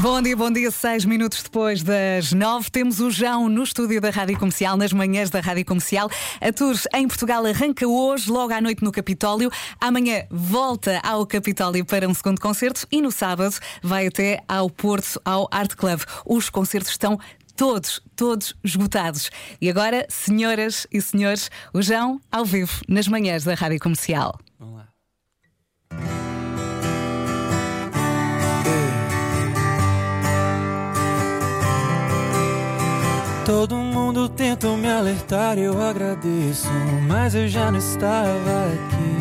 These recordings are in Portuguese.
Bom dia, bom dia. Seis minutos depois das nove, temos o João no estúdio da Rádio Comercial, nas manhãs da Rádio Comercial. A Tours em Portugal arranca hoje, logo à noite no Capitólio. Amanhã volta ao Capitólio para um segundo concerto e no sábado vai até ao Porto, ao Art Club. Os concertos estão todos, todos esgotados. E agora, senhoras e senhores, o João ao vivo, nas manhãs da Rádio Comercial. Vamos lá. Todo mundo tenta me alertar, eu agradeço, mas eu já não estava aqui.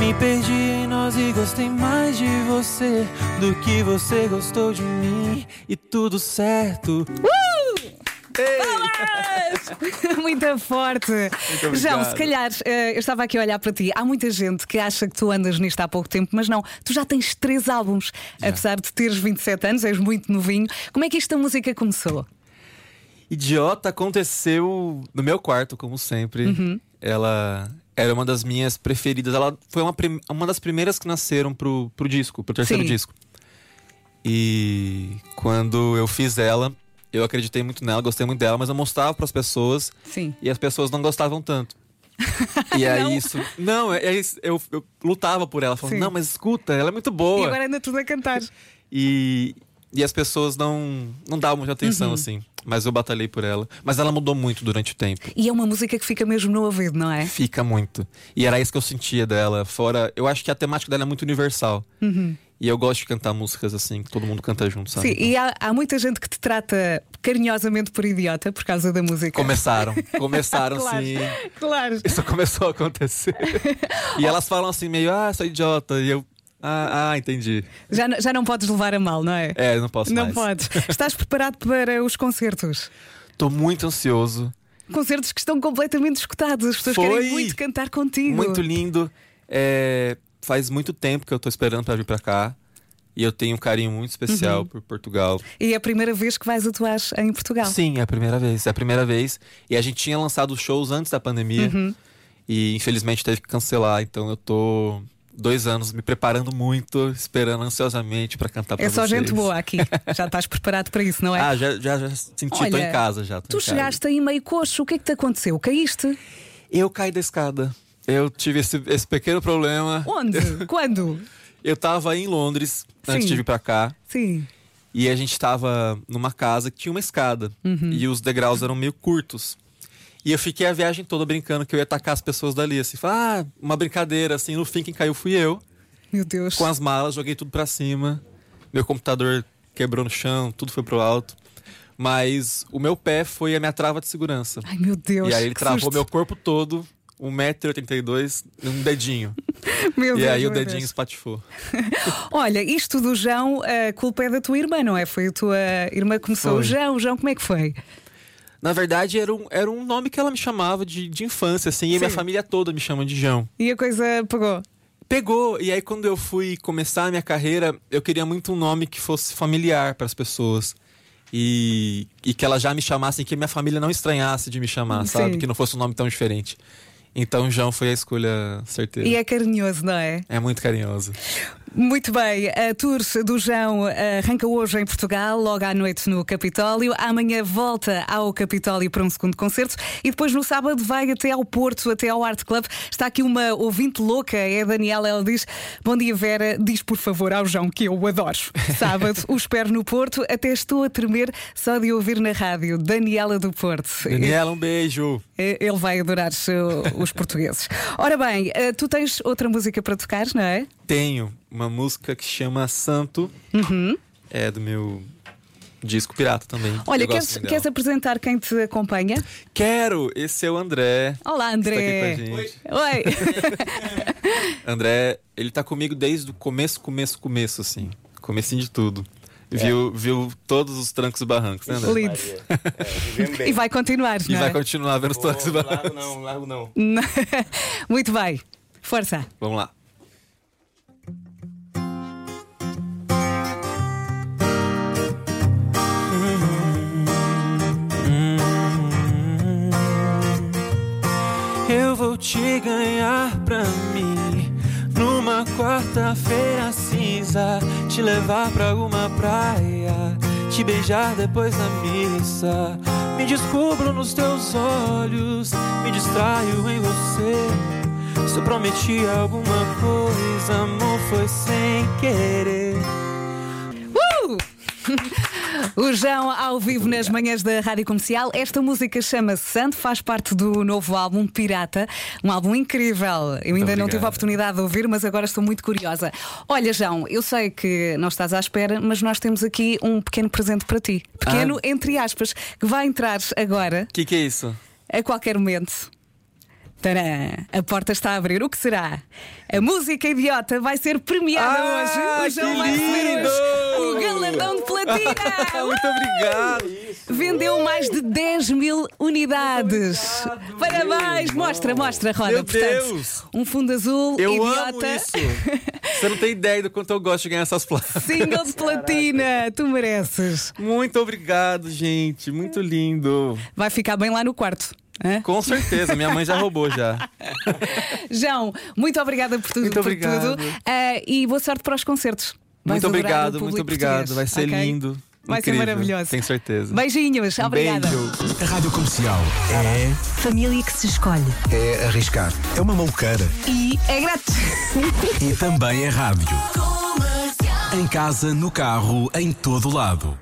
Me perdi em nós e gostei mais de você do que você gostou de mim. E tudo certo, Palmas! Muito forte. obrigado. João, se calhar, eh, eu estava aqui a olhar para ti. Há muita gente que acha que tu andas nisto há pouco tempo, mas não, tu já tens três álbuns, apesar de teres 27 anos, és muito novinho. Como é que esta música começou? Idiota aconteceu no meu quarto, como sempre. Uhum. Ela era uma das minhas preferidas. Ela foi uma, prim- uma das primeiras que nasceram pro, pro disco, pro terceiro Sim. disco. E quando eu fiz ela, eu acreditei muito nela, gostei muito dela, mas eu mostrava pras pessoas Sim. e as pessoas não gostavam tanto. E aí isso. Não, é, é isso, eu, eu lutava por ela, falando, Sim. não, mas escuta, ela é muito E boa. agora anda tudo a cantar. E, e as pessoas não, não davam muita atenção, Uhum. assim. Mas eu batalhei por ela. Mas ela mudou muito durante o tempo. E é uma música que fica mesmo no ouvido, não é? Fica muito. E era isso que eu sentia dela. Fora, eu acho que a temática dela é muito universal. E eu gosto de cantar músicas assim, que todo mundo canta junto, sabe? Uhum. Sim, e há, há muita gente que te trata carinhosamente por idiota por causa da música. Ah, Começaram, começaram claro, sim. claro. Isso começou a acontecer. e elas falam assim, meio, ah, sou idiota. E eu, ah, ah, entendi. Já, não- já não podes levar a mal, não é? É, não posso não mais. podes. Estás preparado para os concertos? Tô muito ansioso. Concertos que estão completamente escutados. As pessoas Foi. querem muito cantar contigo. Muito lindo. É, faz muito tempo que eu tô esperando pra vir pra cá. E eu tenho um carinho muito especial Uhum. por Portugal. E é a primeira vez que vais atuar em Portugal. Sim, é a primeira vez. É a primeira vez. E a gente tinha lançado shows antes da pandemia. Uhum. E infelizmente teve que cancelar. Então eu tô dois anos me preparando muito, esperando ansiosamente pra cantar pra É só vocês. gente boa aqui. Já estás preparado para isso, não é? Ah, já, já, já senti, tô Olha, em casa já. tô tu em casa. chegaste aí meio coxo. O que é que te aconteceu? Caíste? Eu caí da escada. Eu tive esse, esse pequeno problema. Onde? Quando? Eu tava em Londres antes Sim. de vir pra cá. Sim. E a gente tava numa casa que tinha uma escada. Uhum. E os degraus eram meio curtos. E eu fiquei a viagem toda brincando que eu ia atacar as pessoas dali. Assim, falar, ah, uma brincadeira, assim. No fim, quem caiu fui eu. Meu Deus. Com as malas, joguei tudo pra cima. Meu computador quebrou no chão, tudo foi pro alto. Mas o meu pé foi a minha trava de segurança. Ai, meu Deus. e aí ele que travou susto. meu corpo todo, 1,82m, um dedinho. Meu e Deus, aí o meu dedinho Deus. espatifou. Olha, isto do João, a culpa é da tua irmã, não é? Foi a tua irmã que começou. Foi. O João, o João, como é que foi? Na verdade, era um, era um nome que ela me chamava de, de infância, assim, e a minha Sim. família toda me chama de João. E a coisa pegou. Pegou, e aí quando eu fui começar a minha carreira, eu queria muito um nome que fosse familiar para as pessoas. E, e que elas já me chamassem, que minha família não estranhasse de me chamar, Sim. sabe? Que não fosse um nome tão diferente. Então, João foi a escolha certeira. E é carinhoso, não é? É muito carinhoso. Muito bem, a tour do João eh, arranca hoje em Portugal, logo à noite no Capitólio. Amanhã volta ao Capitólio para um segundo concerto e depois no sábado vai até ao Porto, até ao Art Club. Está aqui uma ouvinte louca, é a Daniela. Ela diz: Bom dia, Vera. Diz por favor ao João que eu o adoro. Sábado o espero no Porto, até estou a tremer só de ouvir na rádio. Daniela do Porto. Daniela, um beijo. Eh, Ele vai adorar eh, os portugueses. Ora bem, eh, tu tens outra música para tocar, não é? Tenho uma música que chama Santo. Uhum. É do meu disco pirata também. Olha, Eu gosto queres, muito queres dela. apresentar quem te acompanha? Quero! Esse é o André. Olá, André. Está aqui com a gente. Oi. André, ele tá comigo desde o começo, começo, começo, assim. Comecinho de tudo. Viu, viu todos os trancos e barrancos, né, André? Lindo. Maria. É, vivemos bem. E vai continuar, E não vai é? continuar vendo os Pô, trancos e barrancos. largo não, largo não. Muito bem. Força. Vamos lá. Eu vou te ganhar pra mim numa quarta-feira cinza. pensar, te levar pra alguma praia, te beijar depois da missa. Me descubro nos teus olhos, me distraio em você. Se eu prometi alguma coisa, amor, foi sem querer. Uh! O João ao vivo nas manhãs da Rádio Comercial. Esta música chama-se Santo, faz parte do novo álbum Pirata, um álbum incrível. Eu ainda não tive a obrigado. oportunidade de ouvir, mas agora estou muito curiosa. Olha, João, eu sei que não estás à espera, mas nós temos aqui um pequeno presente para ti. Pequeno, Ah. entre aspas, que vai entrar agora, Que que é isso? a qualquer momento. Tadã! A porta está a abrir. O que será? A música idiota vai ser premiada Ah, hoje. é O João que vai receber lindo! hoje o galardão de platina. É Muito obrigado. Vendeu mais de 10 mil unidades. Parabéns! Mostra, mostra, Roda. Meu Portanto, Deus! um fundo azul, Eu idiota. amo isso. Você não tem ideia do quanto eu gosto de ganhar essas placas. Single de platina, tu mereces. Muito obrigado, gente. Muito lindo. Vai ficar bem lá no quarto. hã? Com certeza, minha mãe já roubou já. João, muito obrigada por tudo. Muito por obrigado. tudo. Ah, e boa sorte para os concertos. Vais adorar muito o obrigado, público muito obrigado. português, Vai ser ok? lindo. Vai ser Incrível. maravilhoso. Tenho certeza. Beijinhos, Um obrigada. Beijo. A Rádio Comercial é, Família que se escolhe. é arriscar. É uma maluqueira. E é grátis. E também é rádio. Em casa, no carro, em todo lado.